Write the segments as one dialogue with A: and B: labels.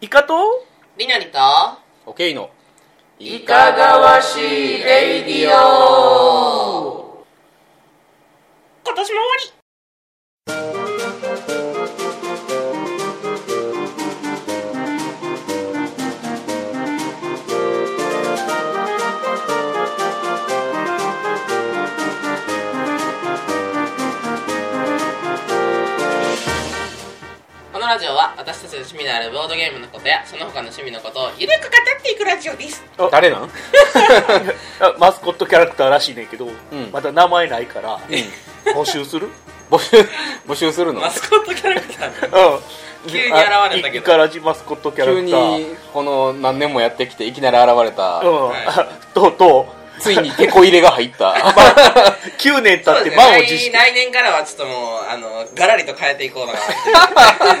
A: イカと
B: りなりと
A: オケイの
B: いかがわしいレイディオ
A: 今年も終わり
B: このラジオは私たちの趣味であるボードゲームのことやその他の趣味のことをゆるく語っていくラジオです
C: 誰なん
A: あマスコットキャラクターらしいねんけど、
C: ん
A: まだ名前ないから、募集する
C: 募集募集するの
B: マスコットキャラクター
A: う
B: の
A: ん
B: 急に現れたけど
A: イカラジマスコットキャラ
C: 急
A: ク
C: に
A: ター
C: この何年もやってきていきなり現れた、
A: うん、
B: はい
A: あ とうと
C: ついにテこ入れが入った
A: う9年
B: そう
A: 経って
B: ですね
A: 満を持し
B: 来
A: て
B: 来年からはちょっともうあのガラリと変えていこうか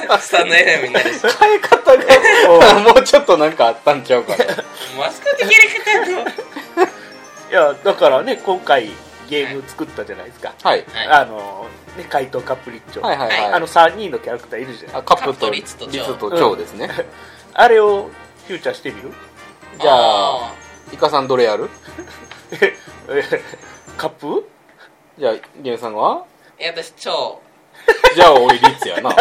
B: なスタンド FM になるし
C: 変え方がもうちょっとなんかあったんちゃうかな
B: マスコットキャラクターの
A: いやだからね今回ゲーム作ったじゃないですか、
C: はい、
B: はい
A: あのね怪盗カプリッチョ、
C: はいはいはい
A: あの3人のキャラクターいるじゃない
C: あカップ
B: カップと
C: と
B: リ
C: リ
B: ツと
C: ツと
B: チョウ
C: 蝶です ね、
A: あれをフューチャーしてみる
C: じゃあイカさんどれやる
A: ええ カップ
C: じゃあリエさんは
B: え私超
C: じゃあ俺リツや な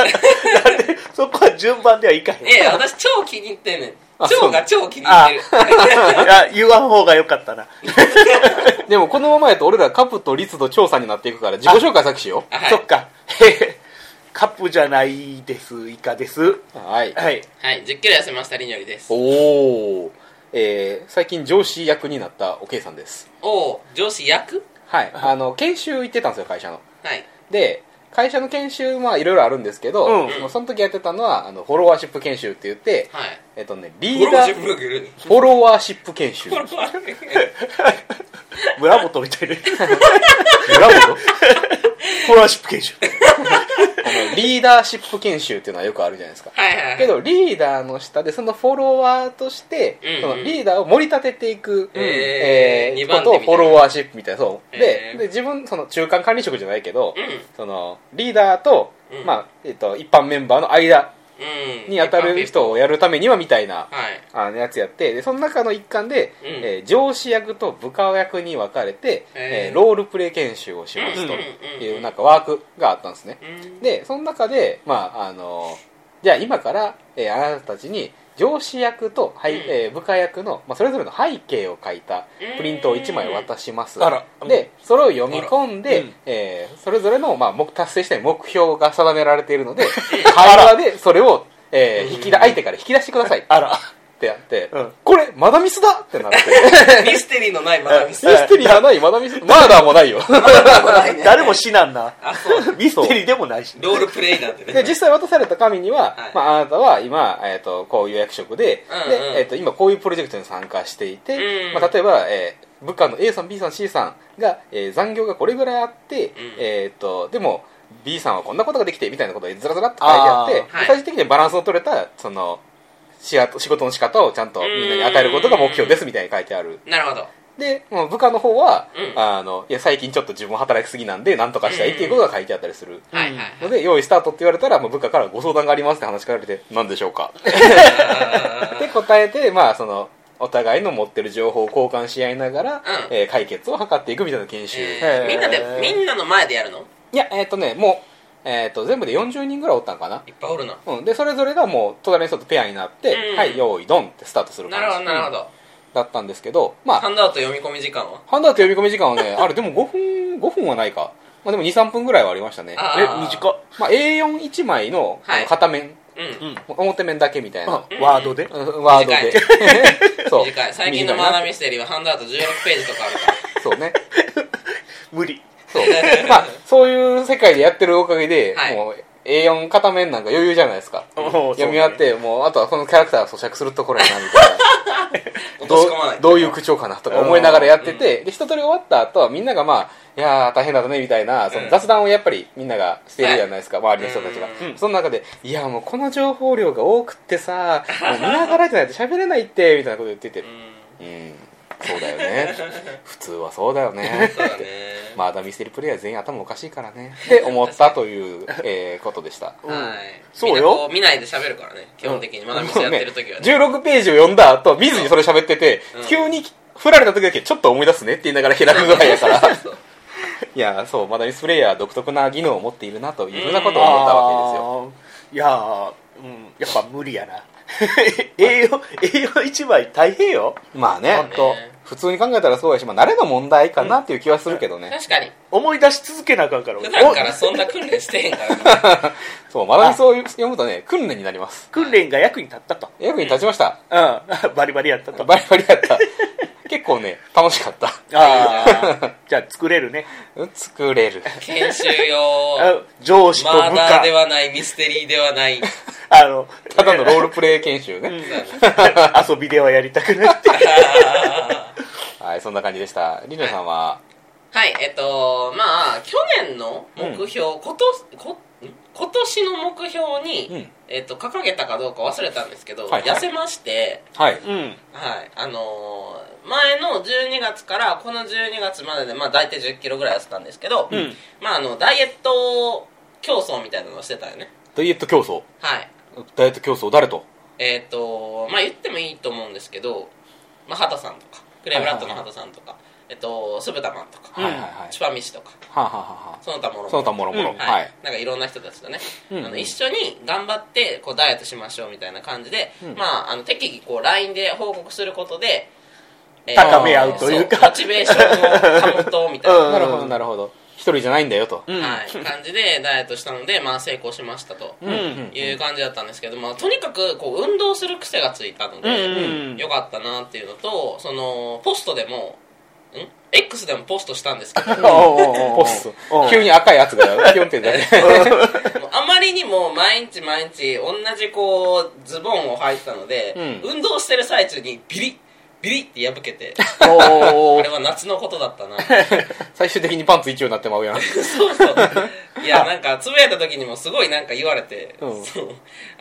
A: そこは順番ではいかへん
B: え私超気に入ってんねん
C: あそう
B: 超が超気に入って る
A: いや言わん方がよかったな
C: でもこのままやと俺らカップとリツと蝶さんになっていくから自己紹介先しよ
B: あはい
A: そっか へへカップじゃないですイカです
C: うはい
A: はい
B: はい1 0キロ痩せましたりにょりです
C: おお、えー、最近上司役になったおけいさんです
B: おう上司役
C: はいあの研修行ってたんですよ会社の
B: はい
C: で会社の研修まあいろいろあるんですけど、
A: うん
C: そのその時やってたのはあのフォロワーシップ研修って言って、
B: はい
C: えっとねリ
B: フ
C: ー
B: ォロ
C: ダ
B: ーシッ
C: ー
B: プブログ
C: フォロワーシップ研修
B: フォ
C: 村
B: ロワー
A: 村本みた いで
C: 本
A: フォロワーシップ研修
C: あのリーダーシップ研修っていうのはよくあるじゃないですか
B: はいはいはい
C: けどリーダーの下でそのフォロワーとして、
B: うんうん
C: そのリーダーを盛り立てていく、
B: えー二番
C: こ
B: 手みた
C: と
B: い
C: を
B: な
C: フォロワーシップみたいなそう、
B: えー
C: でで自分その中間管理職じゃないけど、
B: うん
C: そのリーダーと、
B: うん
C: まあえっと一般メンバーの間
B: うん
C: に当たる人をやるためにはみたいな
B: はい
C: あのやつやってでその中の一環で、
B: うん
C: えー上司役と部下役に分かれて、
B: えー
C: えーロールプレイ研修をしますと
B: うんうんうん
C: い
B: うん
C: うなんかワークがあったんですね
B: うん
C: でその中で、まあ、あのじゃあ今から、えーあなたたちに上司役と、はい
B: うん
C: えー部下役の、まあ、それぞれの背景を書いたプリントを1枚渡します
A: うんあら
C: でそれを読み込ん
A: あ
C: で、
A: らうん
C: えーそれぞれの、まあ、目達成したい目標が定められている ので会話でそれを、えー引きだ相手から引き出してくださいっ
A: あら
C: てやって、
A: うん
C: これマダミスだってなって
B: ミステリーのないマダミス
C: ミステリーはないマダミスマーダーもないよ
A: 誰も死なんな
B: あそう
A: ミステリーでもないし
B: ロールプレイなんてね
C: で実際渡された紙には、
B: はい
C: まあ、あなたは今、えー、とこういう役職で,、
B: うんうん
C: でえー、と今こういうプロジェクトに参加していて、
B: うん
C: まあ、例えば、えー部下の A さん B さん C さんが、えー残業がこれぐらいあって、えー、とでも B さんはこんなことができてみたいなことでずらずらっと書いてあって
A: あ
B: ーはい
C: 最終的にバランスの取れたその仕仕事の仕方をちゃんとみんなに与えることが目標ですみたいに書いてある
B: なるほど
C: で、まあ、部下の方は、
B: うん
C: あのいや最近ちょっと自分働きすぎなんでなんとかしたいっていうことが書いてあったりする。
B: はい はい
C: ので、用意スタートって言われたら、まあ、部下からご相談がありますって話しかけられて、何でしょうかで、答えて、まあ、その、お互いの持ってる情報を交換し合いながら、
B: うん
C: えー解決を図っていくみたいな研修。
B: えーみんなでみんなの前でやるの
C: いや、えっ、とね、もう、えっ、と、全部で40人ぐらいおったんかな。
B: いっぱいおるな
C: うん。で、それぞれがもう、隣の人とペアになって、
B: うん
C: はい、用意ドンってスタートする
B: なるほ
C: 感
B: ど
C: じ
B: なるほど
C: だったんですけど、まあ
B: ハ、ンドアウト読み込み時間は
C: ハンダート呼び込み時間は ね、あれ、でも5分、5分はないか。まあ、でも2、3分ぐらいはありましたね。
B: あ
A: え短っ
C: まあ、A41 枚の、
B: はい
C: あの片面、
B: うん
A: うん
C: 表面だけみたいな
A: あ。ワードで
C: うんワードで そう
B: 短い最近のマナ
C: 短い
B: ミステリーはハンドアウト16ページとかある か
C: なそうね
A: 無理
C: そう まあそういう世界でやってるおかげで、
B: はい
C: もう A4 片面なんか余裕じゃないですか
A: おーそうね
C: 読み終わってもうあとはこのキャラクターを咀嚼するところやなみたいな
B: ら落と
C: ど
B: し
C: う
B: 込まない
C: どういう口調かなとか思いながらやってて、で一通り終わった後はみんながまあいやー大変だったねみたいなそ
B: うん
C: の雑談をやっぱりみんながしているじゃないですか、周りの人たちが
B: うん、
A: うん
C: その中でいやもうこの情 報量が多くってさもう見ながらじゃないと喋れないってみたいなこと言ってて
B: うん
C: うんそうだ よね普通はそうだよね
B: そうだね
C: まあ、アダミステリプレイヤー全員頭おかしいからねって思ったという、えーことでした
A: うん
B: はい
A: そうよ
B: みんなこう見ないで喋るからね基本的にまだ店やってる時はね
C: もうね16ページを読んだ後見ずにそれ喋ってて、
B: うん
C: 急に振られた時だけちょっと思い出すねって言いながら開くぐらいやから
B: そう
C: いやそうマダミスプレイヤーは独特な技能を持っているなというふうなことを思ったわけ
A: あ
C: ですよ
A: ーいやーうんやっぱ無理やな 栄養栄養一枚大変よ
C: まあね
A: 本当
C: 普通に考えたらそうやし、まあ、慣れの問題かなっていう気はするけどね、
B: 確かに
A: 思い出し続けなあかんから
B: 普
A: 俺
B: 段からそんな訓練してへんからね
C: そうマダミスを読むとね訓練になります
A: 訓練が役に立ったと
C: 役に立ちました、
A: うん バリバリやったと
C: バリバリやった結構ね楽しかった
A: ああ じゃあ作れるね
C: うん作れる
B: 研修用
A: あ上司と
B: マ
A: 部
B: ーダ
A: 下
B: ーではないミステリーでは ない
A: あの
C: ただのロールプレイ研修ね、
A: 遊びではやりたくなくて
C: はいそんな感じでしたりのさんは
B: はい、えっと、まあ、去年の目標、ことこん今年の目標に、
C: うん
B: えっと、掲げたかどうか忘れたんですけど、
C: はいはい
B: 痩せまして、
C: はい
A: うん
B: はい、あのー前の12月からこの12月までで、まあ、大体1 0キロぐらい痩せたんですけど、
A: うん
B: まあ、あの、ダイエット競争みたいなのをしてたよね。
C: ダイエット競争
B: はい。
C: ダイエット競争誰と
B: えっと、まあ、言ってもいいと思うんですけど、まあ、畑さんとか、クレームラットの畑さんとか、えっと、酢豚マンとか、
A: ん
C: はいはいはい
B: チュパミシとか、
C: はあはあはあは
B: その他もろも
C: あ
B: ろ
C: その他もろもろ
A: うん
B: は
C: はいい、
B: なんかいろんな人たちとね、
C: うんうん
B: あの一緒に頑張ってこうダイエットしましょうみたいな感じで、
C: うん
B: まあ、あの適宜こう LINE で報告することで、えー
A: 高め合うというか
B: そモチベーションを保とうみたいな、
A: うん
C: なるほどなるほど一人じゃないんだよと
A: うん
B: はい、感じでダイエットしたので、まあ、成功しましたと。
A: ん
B: いう感じだったんですけど、まあ、とにかくこう運動する癖がついたの
A: うんう
B: で、
A: ん
B: よかったなっていうのとそのポストでもん X でもポストしたんですけど
C: ポ
A: ポ
C: ッソ急に赤いやつがピョンって出て
B: もうあまりにも毎日毎日同じこうズボンを履いてたので、
C: うん
B: 運動してる最中にビリッビリッって破けて
A: お
B: あ
A: ー
B: れは夏のことだった な
C: 最終的にパンツ一応になってまうやん
B: そうそういやなんかつぶやいた時にもすごいなんか言われて、
C: うん
B: そう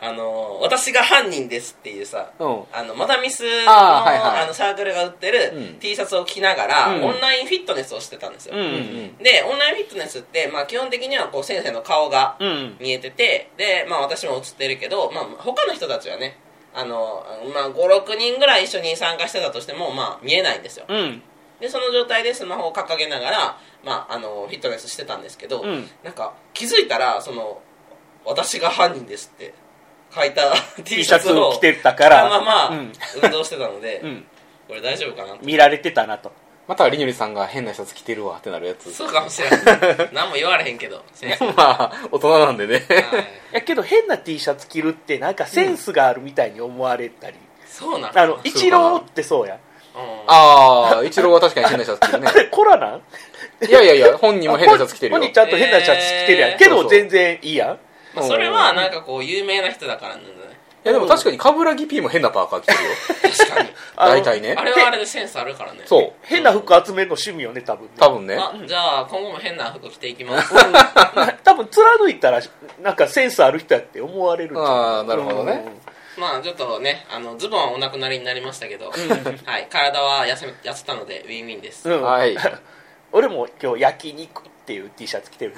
B: あの私が犯人ですっていうさ
C: うん
B: あのマダミスの
C: あーはいはい
B: あのサークルが売って
C: うん
B: る T シャツを着ながら、
A: うん
B: オンラインフィットネスをしてたんですよ、
A: うん
C: うん
B: でオンラインフィットネスって、まあ、基本的にはこう先生の顔が
A: うん
B: 見えててで、まあ、私も映ってるけど、まあ、他の人たちはねあの、まあ、56人ぐらい一緒に参加してたとしても、まあ、見えないんですよ
A: うん
B: でその状態でスマホを掲げながら、まあ、あのフィットネスしてたんですけど、
A: うん
B: なんか気づいたらその「私が犯人です」って書いた T
A: T
B: シ
A: シ
B: ャ
A: ャ
B: ツ
A: ツ
B: を
A: を着てた
B: 着
A: か
B: た
A: ら
B: まま
A: うん
B: 運動してたので、
A: うん
B: これ大丈夫かなと
A: 見られてたなと
C: またはりのりさんが変なシャツ着てるわってなるやつ
B: そうかもしれない何も言われへんけど 先生
C: まあ大人なんでね
B: はい
A: やけど変な T シャツ着るってなんかセンスがあるみたいに思われたり、
B: そうなん
A: あのイチローってそうやん
B: うん
C: ああ一郎は確かに変なシャツ着てるね
A: あれコラなん
C: いやいやいや本人も変なシャツ着てるよ
A: 本人ちゃんと変なシャツ着てるやん、
B: えー
A: け
C: そう
A: ど
C: そう
A: 全然いいやん
B: まあ、それはなんかこう有名な人だからなんじゃない
C: いやでも確かに冠城 P も変なパーカー着てるよ
B: 確かに
A: あの
C: 大体ね
B: あれはあれでセンスあるからねう
C: そう
A: 変な服集めるの趣味よね多分ね
C: 多分ね
B: あじゃあ今後も変な服着ていき ます
A: 多分貫いたらなんかセンスある人やって思われるんちゃう
C: ああなるほどね
B: まあちょっとねあのズボンはお亡くなりになりましたけど、はい、体は痩せ痩せたのでウィンウィンです
A: うん、うん
C: はい
A: 俺も今日焼肉っていう T シャツ着 てる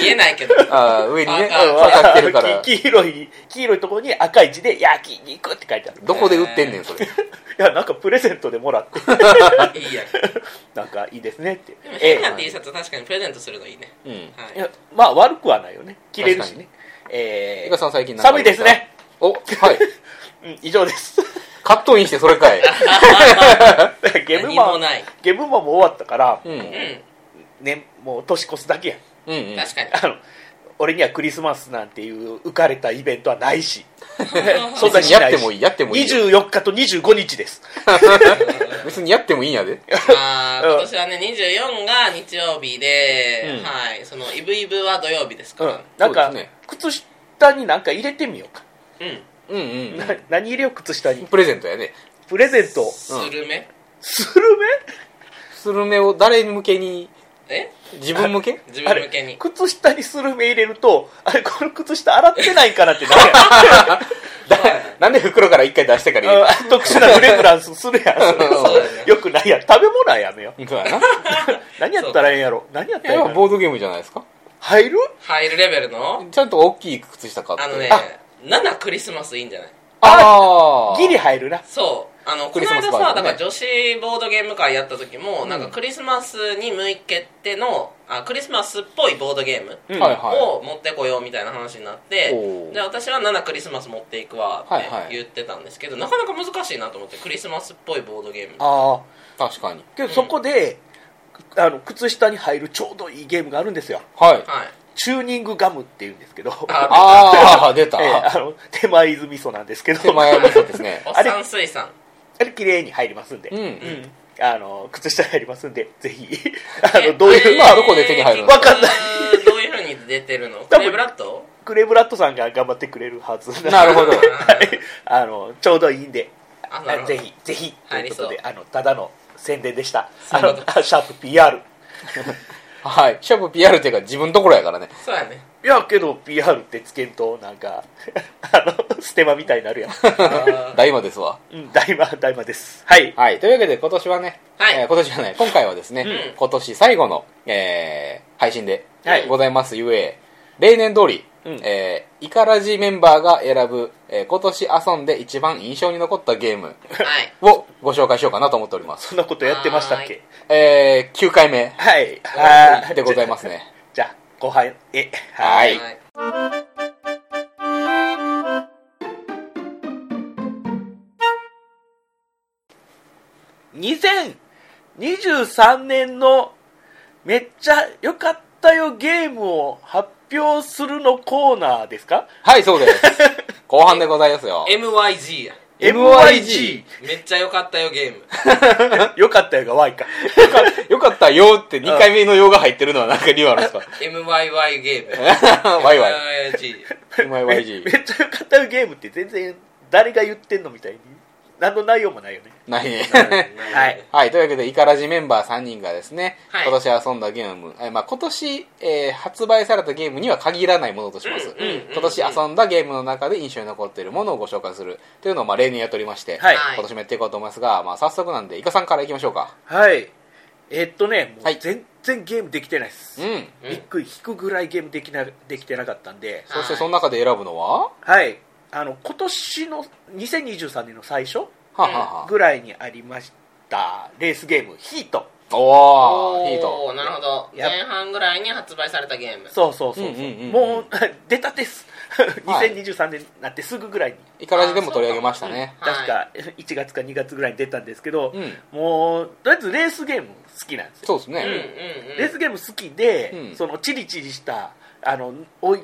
B: 見えないけど
C: ああ上にね
B: パーカー
C: パーカー着て るから
A: き黄色い黄色いところに赤い字で「焼肉」って書いてある
C: どこで売ってんねんそれ
A: いやなんかプレゼントでもら って
B: いいや
A: なんかいいですねって
B: でも
A: え
B: 変な T シャツ確かにプレゼントするのいいね、
C: うん
B: はい
A: えいやまあ悪くはないよね着れるしね
C: 伊
A: え
C: 賀
A: ー
C: さん最近なんかあ
A: 寒い
C: り
A: で
C: まし
A: す
C: た
A: ね
C: お はい
A: うん以上です
C: カットインしてそれか い
A: ゲブ
B: 何
A: マ
B: も
A: ン
B: ない
A: ゲブマンも終わったから、
C: うん
B: う
A: ね、もう年越すだけやん
C: うんうん
B: ん確かに
A: あの俺にはクリスマスなんていう浮かれたイベントはないしそんなし
C: 別にや
A: な
C: っ
A: い
C: て
A: し
C: もいいやってもいいよ
A: 24日と25日です
C: 別にやってもいいんやで
B: ま あ今年はね24が日曜日で、
C: うん
B: はいそのイブイブは土曜日ですか
A: う
B: ら
A: んなんか、
C: そうですね
A: 靴下になんか入れてみようか、
B: うん、
C: うんうん
A: な何入れよう靴下に
C: プレゼントやね
A: プレゼント
B: スルメ
A: スル
C: スルメを誰向けに
B: え
C: 自分向け
B: 自
A: メあ
B: 分
A: れ
B: 向けに
A: 靴下にスルメ入れるとあれこの靴下洗ってないんかなってなるやん
B: だ
C: なんで袋から一回出してから 言う
A: うん 特殊なフレグランスするやんそれ
C: そう
B: だね
A: よくないやん食べ物はやめよう
C: そうやな。
A: 何やったらええんやろ何やったら
C: い
A: ええん
C: や
A: やろ
C: ボードゲーム じゃないですか
A: 入る
B: 入るレベルの
C: ちゃんと大きい靴下買って。
B: あのね
A: あ
B: 7クリスマスいいんじゃない
C: あー
A: ギリ入るな
B: そうあの
C: ク
B: こ
C: リ
B: の
C: スマス
B: 間
C: バージョンね
B: さだから女子ボードゲーム会やった時も、なんかクリスマスに向けてのあクリスマスっぽいボードゲーム
A: うん
C: はいは
B: を持ってこようみたいな話になっ
C: お
B: て
C: ー
B: で私は7クリスマス持っていくわ
C: はい
B: っ
C: はい
B: て言ってたんですけど、なかなか難しいなと思ってクリスマスっぽいボードゲーム
A: ああ
C: い。確かに。
A: けどそこで、あの靴下に入るちょうどいいゲームがあるんですよ
C: はい。
B: はい
A: チューニングガムっていうんですけど
B: あ
C: あ あ、出た
A: え。えあの手前泉味噌なんですけど
C: 手前味噌です ね
B: お。っ
A: あれ
B: さん水産
A: あれ綺麗に入りますんで、
C: うん。
A: うんあの靴下入りますんでぜひあの
B: え
A: どういう、
C: まあどこで手に入るの
A: わか んない
B: 結局どういうふうに出てるの
A: 多分
B: クレブラッド
A: クレブラットさんが頑張ってくれるはず
C: なるほど
A: はい あのちょうどいいんで
B: あなるほど
A: ぜひぜひと
B: 入
A: いう
B: り
A: こ
B: そう
A: とであのただの宣伝でしたあ
B: 宣伝
A: のあシャープ PR
C: はい。シャープ PR っていうか自分のところやからね。
B: そうやね
A: いやけど PR ってつけんとなんか あのステマみたいになるやん
B: あー
C: 大魔ですわ。
A: うん、大魔、大魔です。はい。
C: はい。というわけで今年はね、
B: はい
C: えー今年じゃない、今回はですね、
B: うん
C: 今年最後の、えー配信で
A: はい
C: ございますゆえ、例年通り、
A: うん
C: えーイカラジメンバーが選ぶ、えー今年遊んで一番印象に残ったゲーム
B: はい
C: をご紹介しようかなと思っております。
A: そんなことやってましたっけ
C: えー、9回目
A: はい。。
C: でございますすね。
A: じゃあ、後半へ。
C: は
A: はい。
C: い
A: 2023年のめっちゃ良かったよゲームを発表するのコーナーですか
C: はい、そうです。後半でございますよ。
B: MYG や
C: MYG
B: めっちゃ良かったよゲーム
A: 良かったよが Y か。
C: よかったよって2回目のよが入ってるのはなんか理由あるんですか
B: MYY ゲーム
C: ワイワイ。
B: MYG
C: うまい YG
A: め。っちゃ良かったよゲームって全然誰が言ってんのみたいに。何の内容もないよね。
C: ないね。
A: はい
C: はい、というわけで、イカラジメンバー3人がですね、
B: はい
C: 今年遊んだゲーム、えーまあ、今年、えー発売されたゲームには限らないものとします。
B: うんうんうんうん
C: 今年遊んだゲームの中で印象に残っているものをご紹介するというのを、まあ、例年やっておりまして、
A: はい
C: 今年もやっていこうと思いますが、まあ、早速なんで、イカさんからいきましょうか。
A: はい。えっとね、も
C: は
A: う
C: い
A: 全然ゲームできてないです
C: う。ん。
A: びっくり引くぐらいゲームできなできてなかったんで、
C: そして、その中で選ぶのは、
A: はい、あの今年の2023年の最初
C: はあ、はあは
A: ぐらいにありましたレースゲーム「ヒート
C: あ、お
B: おー
C: ー、ヒート。
B: なるほど
A: やっ
B: 前半ぐらいに発売されたゲーム」
A: そうそうそう,、
C: うんうんうんうん
A: もう出たです
C: はい
A: 2023年になってすぐぐらいに、
C: イカラジでも取り上げましたね。
B: はい
A: 確か1月か2月ぐらいに出たんですけど、
C: うん。
A: もうとりあえずレースゲーム好きなんですよ、
C: そうです
B: うんうんうん
C: ね。
A: レースゲーム好きで、
C: うん
A: そのチリチリしたあの追い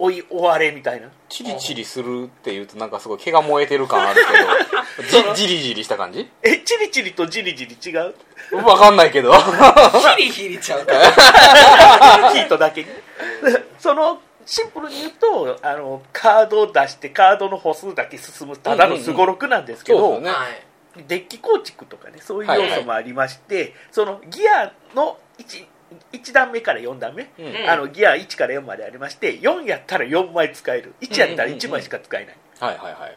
A: 追い追われみたいな
C: チリチリするっていうと、なんかすごい毛が燃えてる感ある けど、じじりじりした感じ
A: えチリチリとジリジリ違う
C: わかんな いけど。
B: ヒリヒリちゃうか
A: ヒートだけにそのシンプルに言うとあのカードを出してカードの歩数だけ進むただのすごろくなんですけ
C: うんうん
A: ど、
C: うんそうですよね
B: はい
A: デッキ構築とかねそういう要素もありまして、そのギアの 1, 一段目から4段目、
C: うん
A: あのギア1から4までありまして4やったら4枚使える1やったら1枚しか使えない、
C: はいはいはい。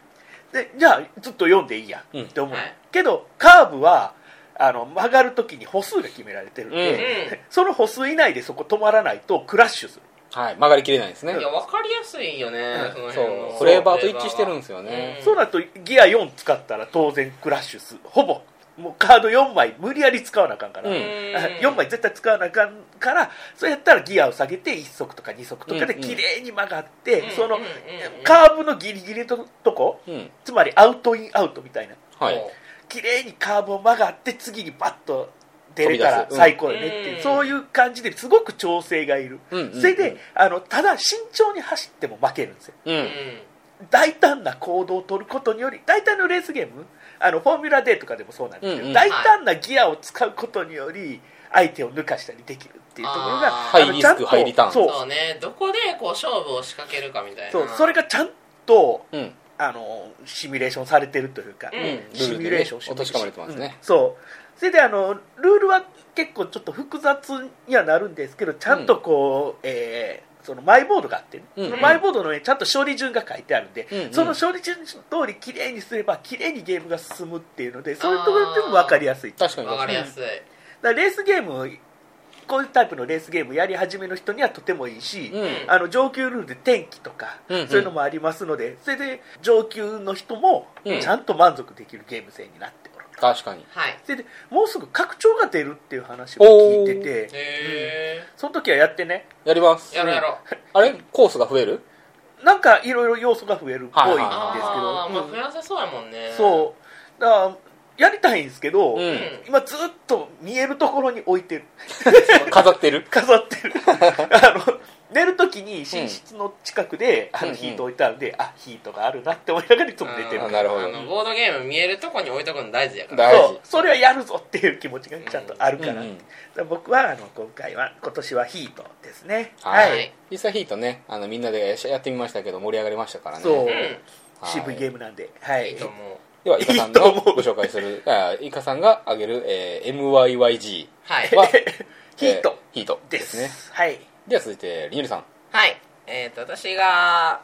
A: でじゃあずっと4でいいや、
C: うん
A: って思う、
B: はい
A: けどカーブはあの曲がるときに歩数が決められてるんで、
C: うん
B: うん
A: その歩数以内でそこ止まらないとクラッシュする
C: はい、曲がりきれないですね
B: いや。分かりやすいよねその
C: そ
B: 辺の
C: う、フレーバーと一致してるんですよ
B: う
C: ね
B: ん。
A: そうなるとギア4使ったら当然クラッシュするほぼもうカード4枚無理やり使わなあかんから、
C: うん
A: 4枚絶対使わなあかんからそれやったらギアを下げて1足とか2足とかで
C: うん
A: 綺麗に曲がって、
B: うん
A: その
B: うんうんうんうん
A: カーブのギリギリのとこ
C: うん。
A: つまりアウトインアウトみたいな
C: はい。
A: 綺麗にカーブを曲がって次にバッと出れた
C: 飛び
A: ら
C: 出すうん
A: 最高よねっていう、
B: うん
A: そういう感じですごく調整がいる、
C: うんうんうん
A: それであのただ慎重に走っても負けるんですよ
C: う
B: うん
C: ん。
A: 大胆な行動を取ることにより大胆なレースゲームあのフォーミュラデーとかでもそうなんですけど、
C: うんうん
A: 大胆なギアを使うことにより相手を抜かしたりできるっていうところが
B: あ
C: ハ
B: ー
A: あ
C: イ
A: の
C: リ
A: ちゃ
C: ス
A: んと
C: ク、ハイリターン。
A: そう
B: そうねどこでこう勝負を仕掛けるかみたいな
A: そうそれがちゃんと
C: うん。うん。
A: あのシミュレーションされてるというか、
B: う
C: ル
B: ん
C: ールでね
A: シミュレーションして
C: 落とし込まれてますね
A: うん。そうそれであのルールは結構ちょっと複雑にはなるんですけどちゃんとこう、えーそのマイボードがあってね、
C: うん
A: そのマイボードの上にちゃんと勝利順が書いてあるんで、
C: うんうん
A: その勝利順通り綺麗にすれば綺麗にゲームが進むっていうのでそういうところでも分かりやすいだか
C: 確かに
B: わかりやすい、
A: らレースゲームこういうタイプのレースゲームやり始めの人にはとてもいいし、
C: うん
A: あの上級ルールで天気とか、
C: うんうん
A: そういうのもありますのでそれで上級の人も
C: うん
A: ちゃんと満足できるゲーム性になっておる、
C: 確かに
B: はい
A: それでもうすぐ拡張が出るっていう話を聞いてて
B: へ
A: その時はやってね
C: やります
B: えやろうやろう
C: あれコースが増える
A: なんかいろいろ要素が増えるっぽいんですけど、
B: あーまあ
A: うん
B: 増やせそうやもんね
A: そうだからやりたいんですけど、
C: うん
A: 今ずっと見えるところに置いてる
C: 飾ってる
A: 飾って るあの寝るときに寝室の近くで、あ
C: うん
A: の
C: うん
A: ヒート置いてあるんで、あヒートがあるなって思いながらいつも寝て
B: あ
A: る
B: ー
C: なるほど
B: あのボードゲーム見えるとこに置いとくの大事やから
C: 大
A: そ
C: 事
A: うそれはやるぞっていう気持ちがちゃんとあるから,、
C: うんうん
A: 僕はあの今回は今年はヒートですね
C: はい
A: はい
C: 実際ヒートねあのみんなでやってみましたけど盛り上がりましたからね
A: そう、
B: うん
A: 渋いゲームなんではいい
B: いと思う
C: ではイカさん
A: いいと
C: の
A: 思う
C: ご紹介するあイカさんが挙げる、えー MYYG
B: はい
C: は
A: ヒート
C: えーヒート
A: で
C: ですすね
A: はい
C: では続いてりのりさん
B: はいえっ、と私が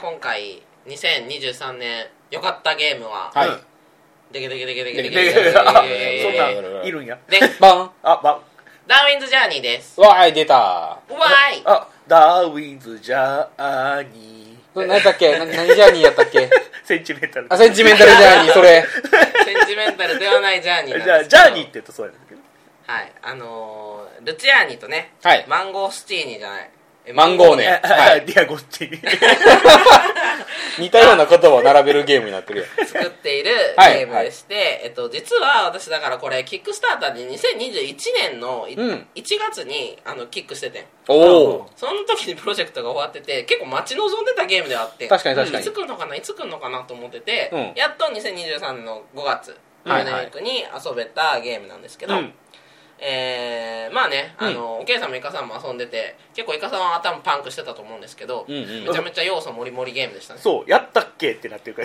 B: 今回2023年良かったゲームは、
C: はい、
A: うん
B: でけでけでけでけでけ
A: で
B: でけでけ
A: あ
C: えー
A: そん
B: で
A: なんいるんや
B: けで
C: バン
A: あば
B: ダーウィンズジャーニーです
C: わーい出た
B: うわーい
A: あダーウィンズ・ジャーニー
C: それ何だっけな何ジャーニーやったっけ
A: センチメンタル
C: あセンチメンタルジャーニーそ れ
B: センチメンタルではないジャーニーなん
A: じゃ
B: で
A: あ
B: すけど
A: ジャーニーって言うとそうやねんだけど
B: はいあのー、ルチアーニとね、
C: はい
B: マンゴースティーニじゃないえ
C: マンゴーネ
B: マ
A: あ
C: はい
A: ディアゴッティ
C: 似たような言葉を並べるゲームになってるよ
B: ンゴー作っている
C: はい
B: ゲームでして、えっと、実は私だからこれキックスターターで2021年のい、
C: うん
B: 1月にあのキックしててん
C: おお
B: その時にプロジェクトが終わってて結構待ち望んでたゲームではあって
C: 確かに確かに
B: いつ来るのかないつ来るのかなと思ってて、
C: うん
B: やっと2023年の5月ゴ
C: は
B: ー
C: い
B: ルデンウィークに遊べたゲームなんですけど、
A: うん
B: えーまあね、あの、おけいさんもイカさんも遊んでて、結構イカさんは頭パンクしてたと思うんですけど、
C: うんうん
B: めちゃめちゃ要素もりもりゲームでした ね。
A: そうやったっけってなってるか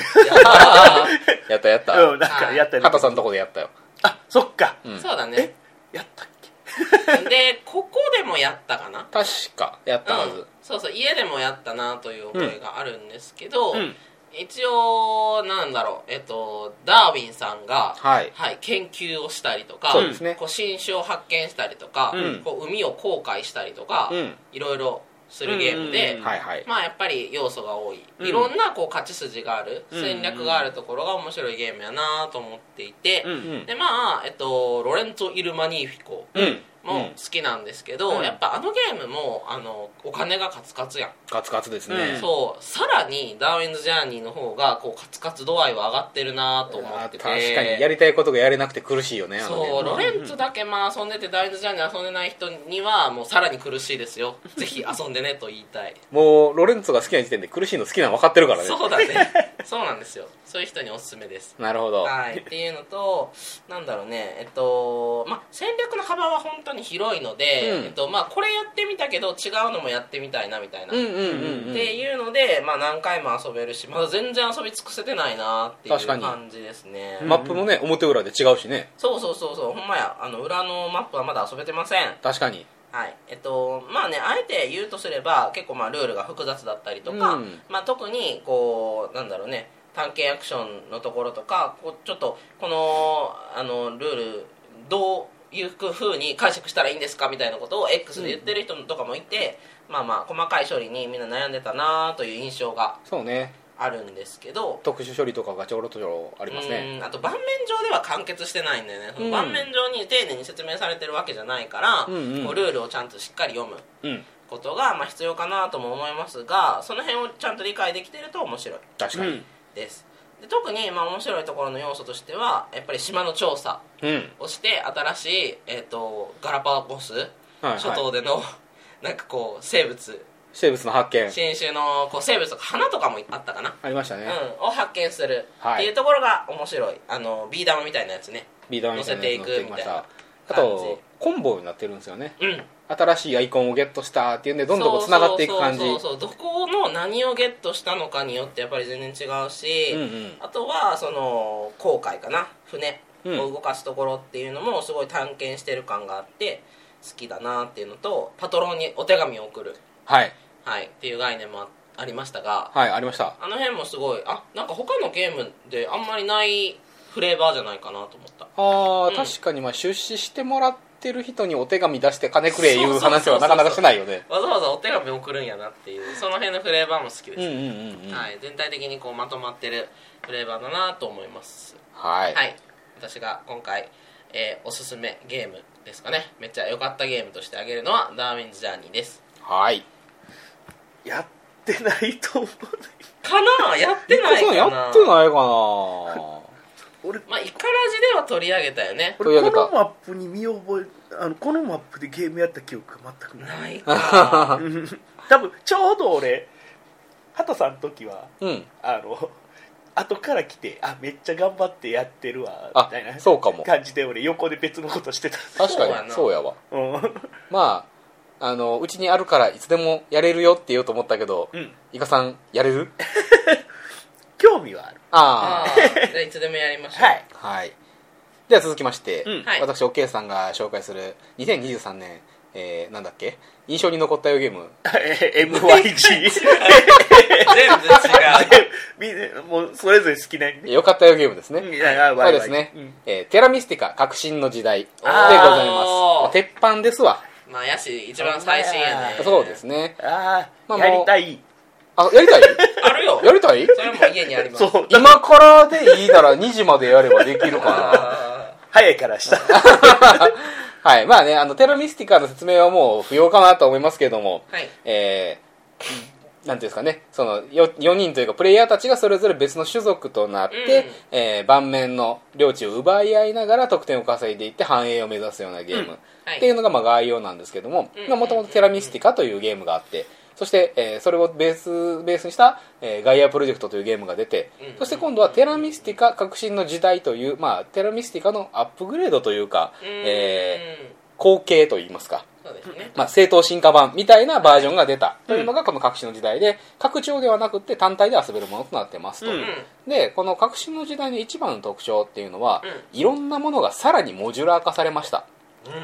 C: やったやった
A: らうんなんかやったり
C: 畑さんのとこでやったよ
A: あそっか
C: うん
B: そうだね
A: え。やったっけ
B: で、ここでもやったかな。
C: 確かやったは
B: うん
C: ず、
B: そうそう、家でもやったなという覚えがあるんですけど、
A: うん
B: 一応、なんだろう、えっと、ダーウィンさんが、
C: はい
B: 研究をしたりとか、
C: そうですね
B: こう新種を発見したりとか、
C: うん
B: こう海を航海したりとか、
C: うん
B: いろいろするゲームで、
A: うん
C: はいはい
B: まあやっぱり要素が多い、
A: うん
B: いろんなこう勝ち筋がある
A: うん
B: 戦略があるところが面白いゲームやなと思っていて、
A: うん
C: うん
B: でまあ、えっと、ロレンツォ・イル・マニーフィコ
C: うんう
B: も
C: ん
B: 好きなんですけど、
A: うん
B: やっぱあのゲームもあのお金がカツカツやん、
C: ガツガツです
A: うん
C: ね
B: そうさらに「ダーウィンズ・ジャーニー」の方がこうカツカツ度合いは上がってるなと思
C: あ
B: って
C: 確
B: て
C: かにやりたいことがやれなくて苦しいよねあのゲ
B: そう
C: ーム
B: ロレンツォだけまあ遊んでてダーウィンズ・ジャーニー遊んでない人にはもうさらに苦しいですよぜひ遊んでねと言いた い
C: もうロレンツォが好きな時点で苦しいの好きなの分かってるからね
B: そうだねそうなんですよそういう人におすすめです
C: なるほど
B: はい、っていうのとなんだろうねえっとまあ戦略の幅は本当に広いので、
C: うん
B: えっとまあ、これやってみたけど違うのもやってみたいなみたいな、
C: うん
B: っ
C: うんうんうん
B: ていうので、まあ、何回も遊べるしまだ全然遊び尽くせてないなっていう
C: 確かに
B: 感じですね、
C: マップもね表裏で違うしね
B: そうそうそうそうほんまやあの裏のマップはまだ遊べてません
C: 確かに
B: はいえっとまあねあえて言うとすれば結構まあルールが複雑だったりとか、
C: うん
B: まあ、特にこうなんだろうね探検アクションのところとかこうちょっとこのあのルールどういう風に解釈したらいいんですかみたいなことを X で言ってる人とかもいて、まあまあ細かい処理にみんな悩んでたなという印象が
C: そうね
B: あるんですけど
C: 特殊処理とかがちょろちょろありますね
B: うんあと盤面上では完結してないんだよね、その
C: うん
B: 盤面上に丁寧に説明されてるわけじゃないから、
C: うんうん
B: こうルールをちゃんとしっかり読む
C: うん
B: ことがまあ必要かなとも思いますがその辺をちゃんと理解できてると面白い
C: 確かに
B: ですで特にまあ面白いところの要素としてはやっぱり島の調査
C: うん
B: をして新しい、えー、とガラパゴス
C: はい
B: 諸
C: は
B: 島での、 なんかこう生物
C: い生物の発見
B: 新種のこう生物とか花とかもあったかな
C: ありましたね
B: うん、を発見するっ
C: はい
B: ていうところが面白い、あのビー玉みたいなやつね
C: ビー玉みたいなやつ乗ってきましたあ
B: 乗せていくみたいな感
C: とコンボになってるんですよね
B: うん
C: 新しいアイコンをゲットしたっていうんでどんどんこうつながっていく感じ
B: そうそうそうそうどこの何をゲットしたのかによってやっぱり全然違うし、
C: うんうん
B: あとはその航海かな船
C: うん
B: を動かすところっていうのもすごい探検してる感があって好きだなっていうのとパトロンにお手紙を送る
C: はい
B: はい、っていう概念もあありましたが
C: はいありました
B: あの辺もすごいあなんか他のゲームであんまりないフレーバーじゃないかなと思った
C: あー、
B: うん
C: 確かにまあ出資してもらってる人にお手紙出して金くれい
B: そう
C: う
B: そうそう
C: 話はなかなかしてないよね
B: わざわざお手紙送るんやなっていうその辺のフレーバーも好きです、
C: うんうんうんうん
B: はい、全体的にこうまとまってるフレーバーだなと思います
C: はい
B: はい私が今回、えーおすすめゲームですかねめっちゃ良かったゲームとしてあげるのは「ダーウィンズ・ジャーニー」です
C: はい
A: やってないと思う
B: かなやってない
C: そう
B: か
C: や
B: な
C: ってないかな
A: 俺
B: まあイカラジでは取り上げたよね
C: 取り上
A: 俺
C: げ
A: こ
C: た
A: のマップに見覚えあのこのマップでゲームやった記憶が全くない
B: ないか
A: 多分ちょうど俺畑さんの時は
C: うん
A: あの後から来てあめっちゃ頑張ってやってるわみ
C: あ
A: たいな
C: そうかも
A: 感じで俺横で別のことしてた、
C: 確
B: そうや
C: かに
B: な
C: そうやわ
A: うん、
C: まああのうちにあるからいつでもやれるよって言おうと思ったけど、
A: うん
C: イカさんやれる
A: 興味はある
B: あ
C: あ
B: あじゃあいつでもやりましょう
A: はい
C: あはいでは続きまして、
A: うん
B: はい
C: 私 OK さんが紹介する2023年、えー、なんだっけ印象に残ったよゲーム
A: MYG
B: 全然違
A: みもうそれぞれ好きなんで
C: よかったよゲームですね、
A: いやあ
C: そ
A: わ
C: う
A: い
C: で
A: わ
C: す
A: い
C: ね、
A: うん
C: えーテラミスティカ革新の時代でござい
B: あ
C: ま
B: ー
C: すまあ鉄板ですわ、
B: うまあやし一番最新やね
C: そうですね
A: あ
C: まあ
A: あ
C: もう
A: やりたい
C: あや りたい
B: あるよ
C: やりたい
B: それも家にあります
A: そう
C: 今からでいいなら2時までやればできる か
B: あ
A: 早いからした
C: なはいまあねあのテラミスティカの説明はもう不要かなと思いますけれども
B: ーはい
C: えーなんていうんですかねその 4, 人というかプレイヤーたちがそれぞれ別の種族となって、
B: うん
C: えー盤面の領地を奪い合いながら得点を稼いでいって繁栄を目指すようなゲーム、
B: はい
C: っていうのがまあ概要なんですけども
B: うん
C: もともと「テラミスティカ」というゲームがあってそして、えーそれをベースベースにした、えーガイアプロジェクトというゲームが出て
B: うん
C: そして今度は「テラミスティカ革新の時代」という、まあ、テラミスティカのアップグレードというか、え
B: え
C: ー後継といいますか
B: そうですね
C: まあ、正当進化版みたいなバージョンが出たというのがこの隠しの時代で、拡張ではなくて単体で遊べるものとなってますと、
A: う
B: うん
A: ん
C: でこの隠しの時代の一番の特徴っていうのは、
B: う
C: いろんなものがさらにモジュラー化されました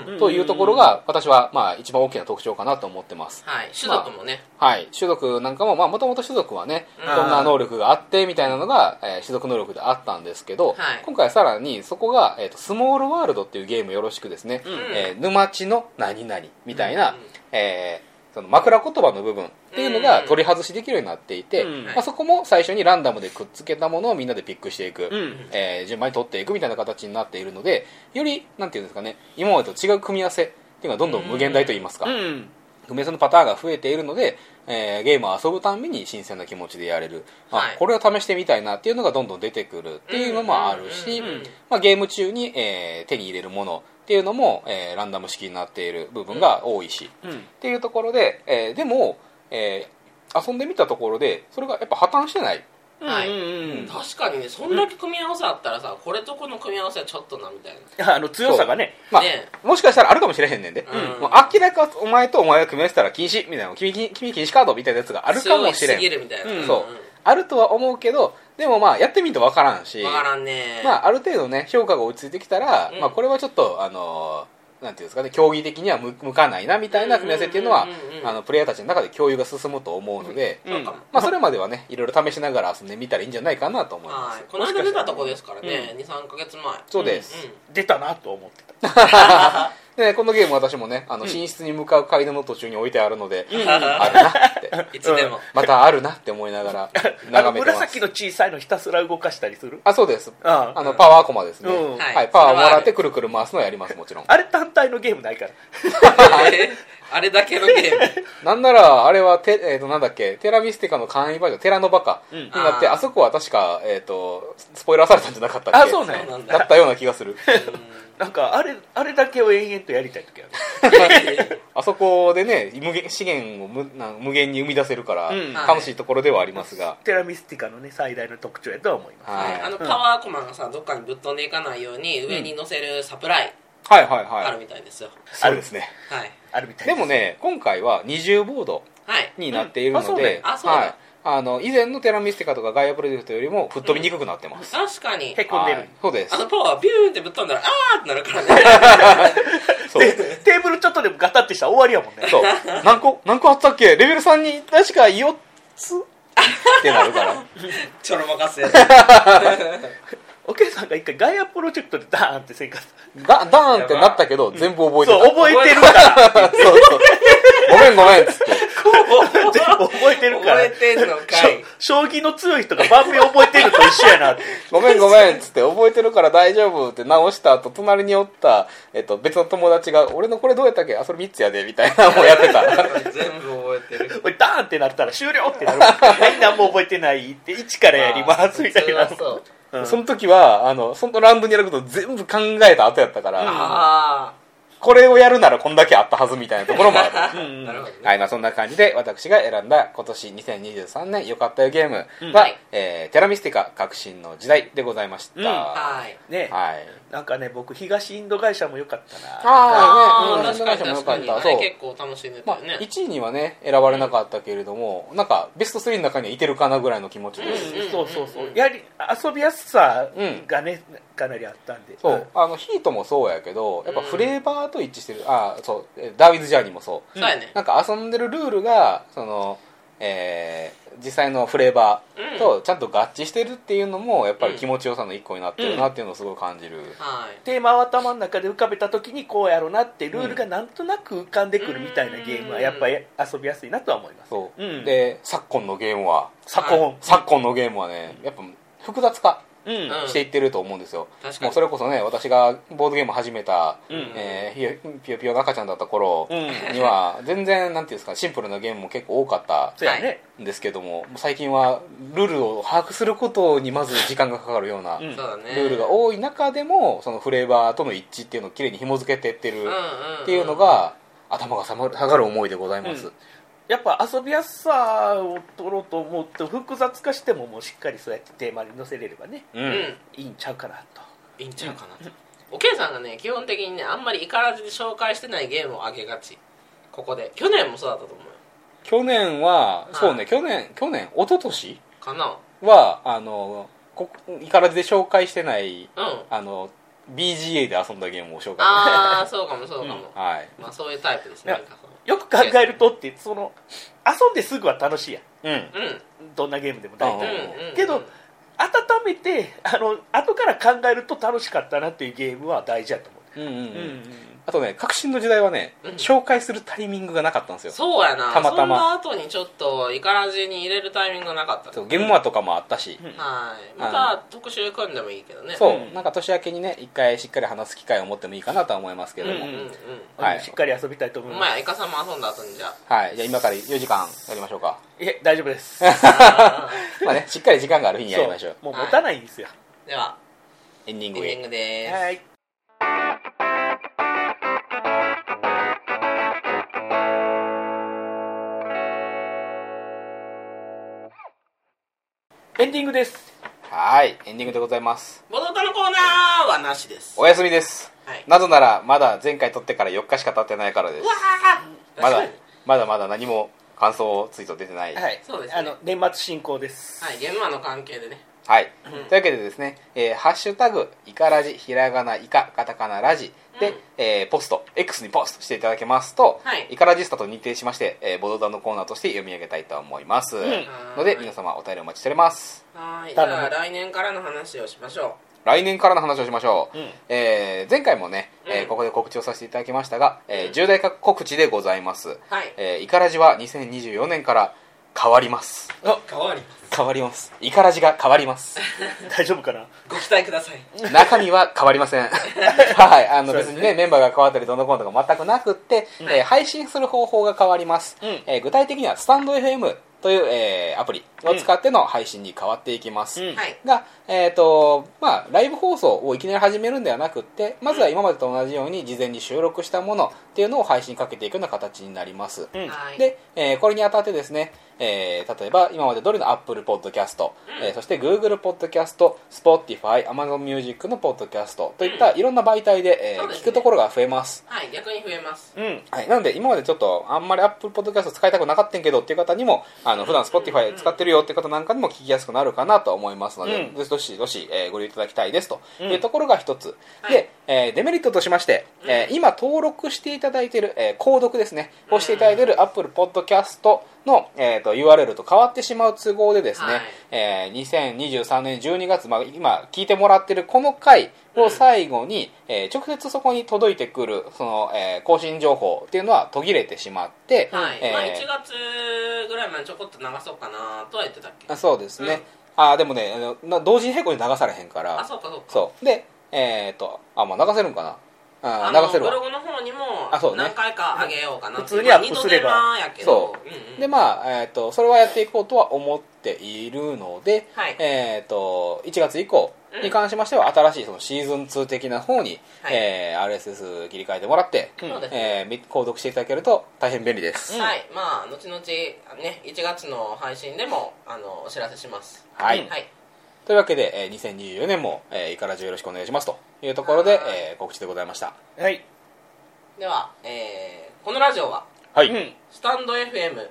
B: うん
C: というところが私はまあ一番大きな特徴かなと思ってます
B: はい種族もね
C: はい種族なんかももともと種族はね
B: うん
C: どんな能力があってみたいなのが、えー種族能力であったんですけど、
B: はい
C: 今回はさらにそこが、えーと「スモールワールド」っていうゲームよろしくですね、
A: うん
C: えー沼地の何々みたいな、
B: うん
C: えーその枕言葉の部分っていうのが取り外しできるようになっていて、
A: うん
C: まあ、そこも最初にランダムでくっつけたものをみんなでピックしてい
A: う
C: く、
A: ん
C: えー順番に取っていくみたいな形になっているのでよりなんていうんですかね今までと違う組み合わせっていうのはどんどん無限大といいますか、
A: うん
C: 組み合わせのパターンが増えているので、えーゲームを遊ぶたんびに新鮮な気持ちでやれる、あ
B: はい
C: これを試してみたいなっていうのがどんどん出てくるっていうのもあるし、
B: うんうんうんうん
C: まあ、ゲーム中に、えー手に入れるものっていうのも、えーランダム式になっている部分が多いし、
A: うん
C: っていうところで、えーでも、えー遊んでみたところでそれがやっぱ破綻してない
B: はい
A: うん
B: 確かにねそんだけ組み合わせあったらさこれとこの組み合わせはちょっとなみたいな
A: あの強さがね
C: まあ
B: ね
C: もしかしたらあるかもしれへんねんで、
B: うん
C: もう明らかお前とお前が組み合わせたら禁止みたいな君君君禁止カードみたいなやつがあるかもしれ
B: 強いすぎる
C: ん
B: みたいな、
A: うん
C: そうあるとは思うけどでもまあやってみんとわからんし
B: 分からん ね
C: まあ、ある程度ね評価が落ち着いてきたら、
B: うん
C: まあ、これはちょっとあのーなんていうんですかね競技的には向向かないなみたいな組み合わせっていうの
B: う
C: は
B: んうんうんうん
C: あのプレイヤーたちの中で共有が進むと思うので、
A: うん
B: そうかも
C: まあ、それまではねいろいろ試しながら遊んでみたらいいんじゃないかなと思いま
B: は
C: す
B: いこの間出たとこですからね、23か月前
C: そうです、
A: 出たなと思ってた
C: でこのゲーム私もねあの
A: うん
C: 寝室に向かう階段の途中に置いてあるので、
A: うん
C: あるなって
B: うん、いつで も、
C: またあるなって思いながら
A: あの
C: 眺めてます
A: 紫の小さいのひたすら動かしたりする
C: あそうです
A: あ
C: あのパワーコマですね、
A: うん
C: はい
B: はい
C: パワーもらってくるくる回すのやりますもちろん
A: あれ単体のゲームないから
B: あれだけのゲーム
C: なんなら、あれはて、えー、となんだっけ、テラミスティカの簡易バージョン、テラノバカ
A: うん
C: になって、
B: あー
C: あそこは確か、えー、とスポイラーされたんじゃなかったっけ
A: あそうなんや
B: そうなん
C: だったような気がする。
A: なんかあれあれだけを延々とやりたい時ある
C: あそこでね、無限資源を無なん無限に生み出せるから、
A: うん
C: 楽しいところではありますが、
A: テラミスティカのね最大の特徴やとは思います
C: はい
B: はいあのパワーコマがさどっかにぶっ飛んでいかないように上に乗せるサプライ
C: はいはいはい
B: あるみたいですよ、
C: そうですね。
B: はい
A: あるみたい
C: でもね、今回は二重ボード
B: はい
C: になっているので、
A: うん
B: あそうだあそうだ
C: はい、あの以前のテラミスティカとかガイアプロジェクトよりも吹っ飛びにくくなってます、
B: 確かに
A: へこんで
C: は
A: る
C: いそうです
B: あのパワービューンってぶっ飛んだらあーってなるからね
C: そう
A: でテーブルちょっとでもガタってしたら終わりやもんね
C: そう何個何個あったっけレベル3に確か4つってな るから
B: ちょろまかせ
A: おけいさんが一回ガイアプロジェクトでダーンって生活
C: がダーンってなったけど全部覚えて
A: そ
C: た
A: う覚えてるから
C: そうそうごめんごめんっつって
A: 全部覚えてるから
B: 覚えてんの
A: し
B: かい
A: ょ将棋の強い人が盤面覚えてると一緒やなって
C: ごめんごめんっつって覚えてるから大丈夫って直した後隣におった、えっと、別の友達が俺のこれどうやったっけあそれ3つやでみたい なもうやってた
B: 全部覚えてる
A: おいダーンってなったら終了ってなるもんはい何も覚えてないって一からやりますみたいな
B: 普通はそう
A: うん
C: その時はあのそのラウンドにやること全部考えた後やったから、
B: あ
C: これをやるならこんだけあったはずみたいなところもある
A: うんう
B: あ
A: ん
B: なるほどね
C: はいまあ、そんな感じで私が選んだ今年2023年良かったよゲームは、
A: うん
B: はい
C: えーテラミスティカ革新の時代でございました、
A: うん
C: は
B: はい
A: ね
C: い、はい
A: なんかね僕東インド会社も良かったな
C: あ
B: あー
C: ーねうん
B: 確かに確かに
C: よか
B: あ
C: った
B: れ
C: そう
B: 結構楽しんでた
C: まあ
B: よ、ね
C: 1位にはね選ばれなかったけれども、なんかベスト3の中にはいてるかなぐらいの気持ちです、
B: うん
A: そうそうそうやはり遊びやすさ
C: うん
A: がねかなりあったんで
C: そうあのヒートもそうやけどやっぱフレーバーと一致してる、ああそうえダーウィンズ・ジャーニーもそ
B: そうやね
C: うなんか遊んでるルールがその、えー実際のフレーバーとちゃんと合致してるっていうのもやっぱり気持ちよさの一個になってるなっていうのをすごい感じる、
B: はい
A: テーマを頭の中で浮かべた時にこうやろうなってルールがなんとなく浮かんでくるみたいなゲームはやっぱり遊びやすいなとは思います
C: そう、
A: うん
C: で昨今のゲームは
A: 昨今、
C: 昨今のゲームはねやっぱ複雑化
A: うん
B: うん
C: していってると思うんですよ、
B: 確かに
C: もうそれこそね私がボードゲーム始めた、
A: うん
C: えーひよぴよぴよの赤ちゃんだった頃
A: うん
C: には全然なんていうんですかシンプルなゲームも結構多かった
A: そうやね、
C: んですけどももう最近はルールを把握することにまず時間がかかるような
A: うん
C: ル
B: そうだね
C: ールが多い中でもそのフレーバーとの一致っていうのをきれいに紐付けてってる
B: っ
C: っていうのが頭が下がる下がる思いでございます、
A: うんやっぱ遊びやすさを取ろうと思うと複雑化してももうしっかりそうやってテーマに載せれればね
C: うん
B: うん
A: いいんちゃうかなと
B: いいんちゃうかなとおけいさんがね基本的にねあんまりいからずで紹介してないゲームをあげがちここで去年もそうだったと思うよ
C: 去年は
B: はい
C: そうね去年去年一昨年
B: かな
C: はあのこいからずで紹介してない
B: うん
C: あの BGA で遊んだゲームを紹介
B: ああそうかもそうかも、
C: はい、
B: まあそういうタイプですね
A: いやよく考えるとってその遊んですぐは楽しいやん
C: うん、
B: うんうん
A: どんなゲームでも大体
B: うんうん
A: けど温めてあの後から考えると楽しかったなっていうゲームは大事だと思
C: うんうんう
A: う、
C: んあとね革新の時代はね、
B: うん
C: 紹介するタイミングがなかったんですよ
B: そうやな
C: たまたま
B: そんな後にちょっとイカラジに入れるタイミングがなかった
C: そうゲームマとかもあったし、
A: うん
B: はいまた特集組んでもいいけどね
C: そう、
A: うん
C: なんか年明けにね一回しっかり話す機会を持ってもいいかなとは思いますけれども、
B: うんうんうん
C: はい
A: しっかり遊びたいと思
B: お
A: います
B: 前イカさんも遊んだ後にじゃ
C: はいじゃあ今から4時間やりましょうか
A: いえ大丈夫です
B: あ
C: まあねしっかり時間がある日にやりましょう
A: そうもう持たないんですよ、
B: では
C: エンディ
B: エ
C: ン
B: ンデ
C: グ
B: ィン
C: へ
B: グです
A: はいエンディングです
C: はいエンディングでございます
B: ボトタのコーナーはなしです
C: おやすみです、
B: はい
C: なぜならまだ前回撮ってから4日しか経ってないからで
B: う
C: す
B: わー
C: まだ
B: 確かに
C: まだまだ何も感想ツイート出てない
A: はい
B: そうですね
A: あの年末進行です、
B: はいゲームマンの関係でね
C: はい、というわけでですね「えーハッシュタグイカラジひらがなイカカタカナラジ」
B: う
C: で、
B: ん
C: えーポスト X にポストしていただけますと、
B: はい
C: イカラジスタと認定しまして、えーボドダンのコーナーとして読み上げたいと思います、
A: ん
C: ので皆様お便りお待ちしております
B: はいじ
A: 頼む
B: ゃあ来年からの話をしましょ
C: 来年からの話をしましょう、
A: うん
C: えー前回もね、えー
B: うん
C: ここで告知をさせていただきましたが、え
B: う
C: ー
B: ん
C: 重大告知でございます、
B: うはい
C: えーイカラジは2024年から変わります
B: 変わり
C: 変わりますイカラジが変わります
A: 大丈夫かな
B: ご期待ください
C: 中身は変わりませ んはいあの
A: そうです
C: 別
A: ね
C: にねメンバーが変わったりどんなコーナーとか全くなくって、
A: うん
C: えー配信する方法が変わります、
A: うん
C: えー具体的にはスタンド FM という、えーアプリを使っての配信に変わっていきます、
A: うん
B: はい
C: が、えーとまあ、ライブ放送をいきなり始めるんではなくってまずは今までと同じように事前に収録したものっていうのを配信かけていくような形になります、
A: うん
B: はい
C: で、えーこれにあたってですね、えー例えば今まで通りの Apple Podcast、えーそして Google Podcast、Spotify、Amazon Music の Podcast といったいろんな媒体で、えー
B: そうですね
C: 聞くところが増えます。
B: はい逆に増えます
A: うん
C: はい、なので今までちょっとあんまり Apple Podcast 使いたくなかったんけどっていう方にもあの普段 Spotify 使ってるよっていう方なんかにも聞きやすくなるかなと思いますので、
A: うん
C: どしどしどし、えーご利用いただきたいですと
A: うん
C: いうところが一つ、
B: はい
C: で、えーデメリットとしまして、えー今登録していただいている、えー購読ですねをしていただいている Apple Podcast の、えー、と URL と変わってしまう都合でですね、
B: はい
C: えー2023年12月、まあ、今聞いてもらってるこの回を最後に、えー直接そこに届いてくるその、えー更新情報っていうのは途切れてしまって、
B: はい、
C: えー
B: まあ1月ぐらいまでちょこっと流そうかなとは言ってたっけ
C: あそうですね、
B: うん
C: あーでもねあのな同時並行に流されへんから
B: あそうかそうか
C: そうでえっ、とあまあ流せるんかな
B: あ
C: あー
B: の
C: 流せる
B: ブロ
C: わ
B: グの方にも
C: あそうね
B: 何回かあげようかなって
A: 普通にアップすれば
B: まあ二度手間やけど
C: そ
B: うんうん
C: でまあ、えー、とそれはやっていこうとは思っているので、
B: はい
C: えー、と1月以降に関しましては新しいそのシーズン2的な方に、
B: はい
C: えー RSS 切り替えてもらって、
A: うん
B: そうですね
C: えーみ購読していただけると大変便利です、
A: うん
B: はいまあ後々ね1月の配信でもあのお知らせします
C: はい
B: はい
C: というわけで、えー2024年も、えー、いからじよろしくお願いしますというところ
B: は
C: で
B: い、
C: えー告知でございました
A: はい
B: では、えーこのラジオは
C: は
A: う
C: い、
A: ん
B: スタンド FM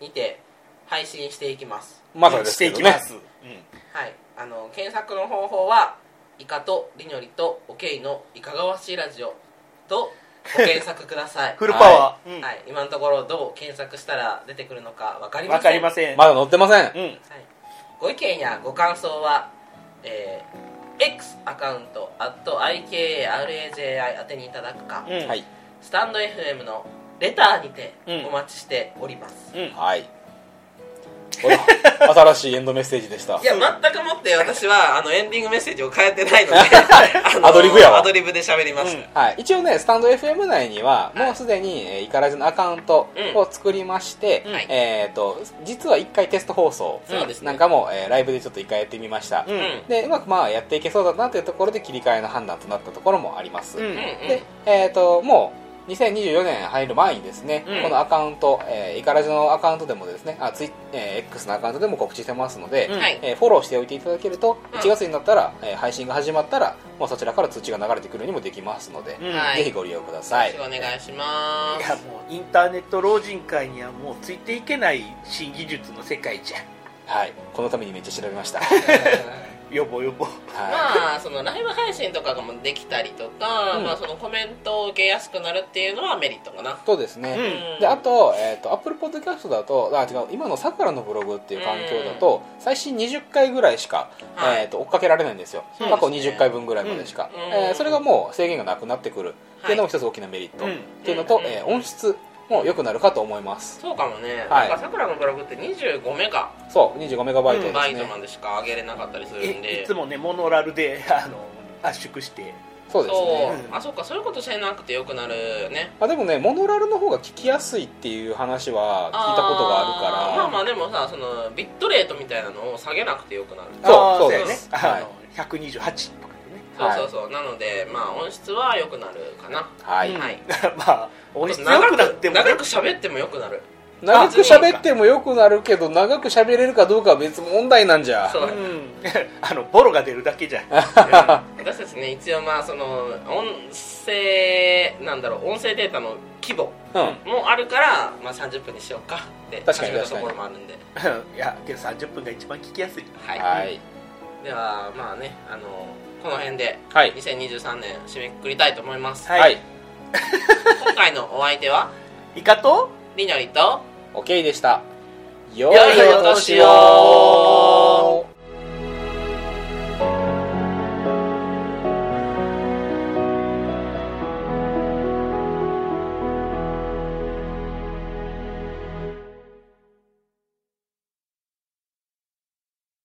B: にて配信していきます
C: まだです
A: してい
C: けど
A: き
C: ね
A: ますうん
B: はいあの検索の方法はイカとりのりとおけいのいかがわしいラジオとご検索くだ さい
A: フルパワーうん
B: はい、今のところどう検索したら出てくるのか分かりません
A: わかりません
C: まだ載ってませ
A: う
C: ん、
A: ん
B: はい、ご意見やご感想は、えー X アカウント IKRAJI 宛てにいただくか、
A: うん
C: はい、
B: スタンド FM のレターにて
A: うん
B: お待ちしております、
A: うん
C: はいほら新しいエンドメッセージでした
B: いや全くもって私はあのエンディングメッセージを変えて ないのであの
C: アドリブやわ
B: アドリブで喋りました、
A: うん
C: はい、一応ねスタンド FM 内にはもうすでに、えーイカラジのアカウントを作りまして、
B: うんはい
C: えー、と実は1回テスト放送
B: そうですね
C: なんかも、えーライブでちょっと1回やってみました、
A: うん
C: でうまくまあやっていけそうだなというところで切り替えの判断となったところもあります、
A: うん
B: うん
C: で、えー、ともう2024年入る前にですね、
A: うん
C: このアカウント、えー、イカラジのアカウントでもですねあツイ、えー X のアカウントでも告知してますので、
A: うん
B: はい
C: えーフォローしておいていただけると
B: うん
C: 1月になったら、えー配信が始まったら、まあ、そちらから通知が流れてくるようにもできますので、
A: うん
B: はい
C: ぜひご利用ください
B: よろしくお願いしま
A: い
B: す
A: やもうインターネット老人会にはもうついていけない新技術の世界じゃん
C: はい、このためにめっちゃ調べ ました、は
A: よぼよぼ
C: い
B: まあそのライブ配信とかもできたりとか、
A: うん
B: まあ、そのコメントを受けやすくなるっていうのはメリットかな、
C: そうですね、
A: うん
C: であと,、えー、と Apple Podcast だとあ違う今のさくらのブログっていう環境だと、最新20回ぐらいしか、
B: はい
C: えー、と追っかけられないんですよ
B: そうですね
C: 過去20回分ぐらいまでしか、
B: うん
C: えーそれがもう制限がなくなってくるっていうのも一つ大きなメリット、
A: うん
C: っていうのと、
B: うん
C: えー音質も良くなるかと思います
B: そうかもね、
C: はい
B: なんかさくらのブログって25メガ
C: そう 25MB ですね、
B: バイトまでしか上げれなかったりするん
A: え
B: で
A: いつもねモノラルであの圧縮して
C: そうです
B: そ
C: ね
B: うあそうかそういうことしなくてよくなるね
C: まあ、でもねモノラルの方が聞きやすいっていう話は聞いたことがあ
B: ー
C: るから
B: まあまあでもさそのビットレートみたいなのを下げなくてよくなる
C: そう
A: あー
C: そう
A: や
C: です
A: ね、
C: はい
A: あの128とかでね
B: そう
C: はい
B: そうそう、なのでまあ音質は良くなるかな
C: はい、
A: うん
B: はい
A: まあ音質良
B: 長
A: く
B: く
A: なってもね
B: 長く喋っても良くなる
C: 長く喋ってもよくなるけど長く喋れるかどうかは別問題なんじゃ
B: そうう、うん
A: ん あのボロが出るだけじゃん
B: 私たちね一応まあその音声なんだろう音声データの規模
C: うん
B: もあるから、まあ、30分にしようかって
C: 確かに
B: 始めたところもあるんで
A: いやけど30分が一番聞きやすい
B: はい、
C: はい
B: ではまあねあのこの辺で
C: はい
B: 2023年締めくくりたいと思います、
A: はい
C: はい
B: 今回のお相手は
A: イカと
B: りのりと
C: OK でした
B: 良
C: よ
B: いお年を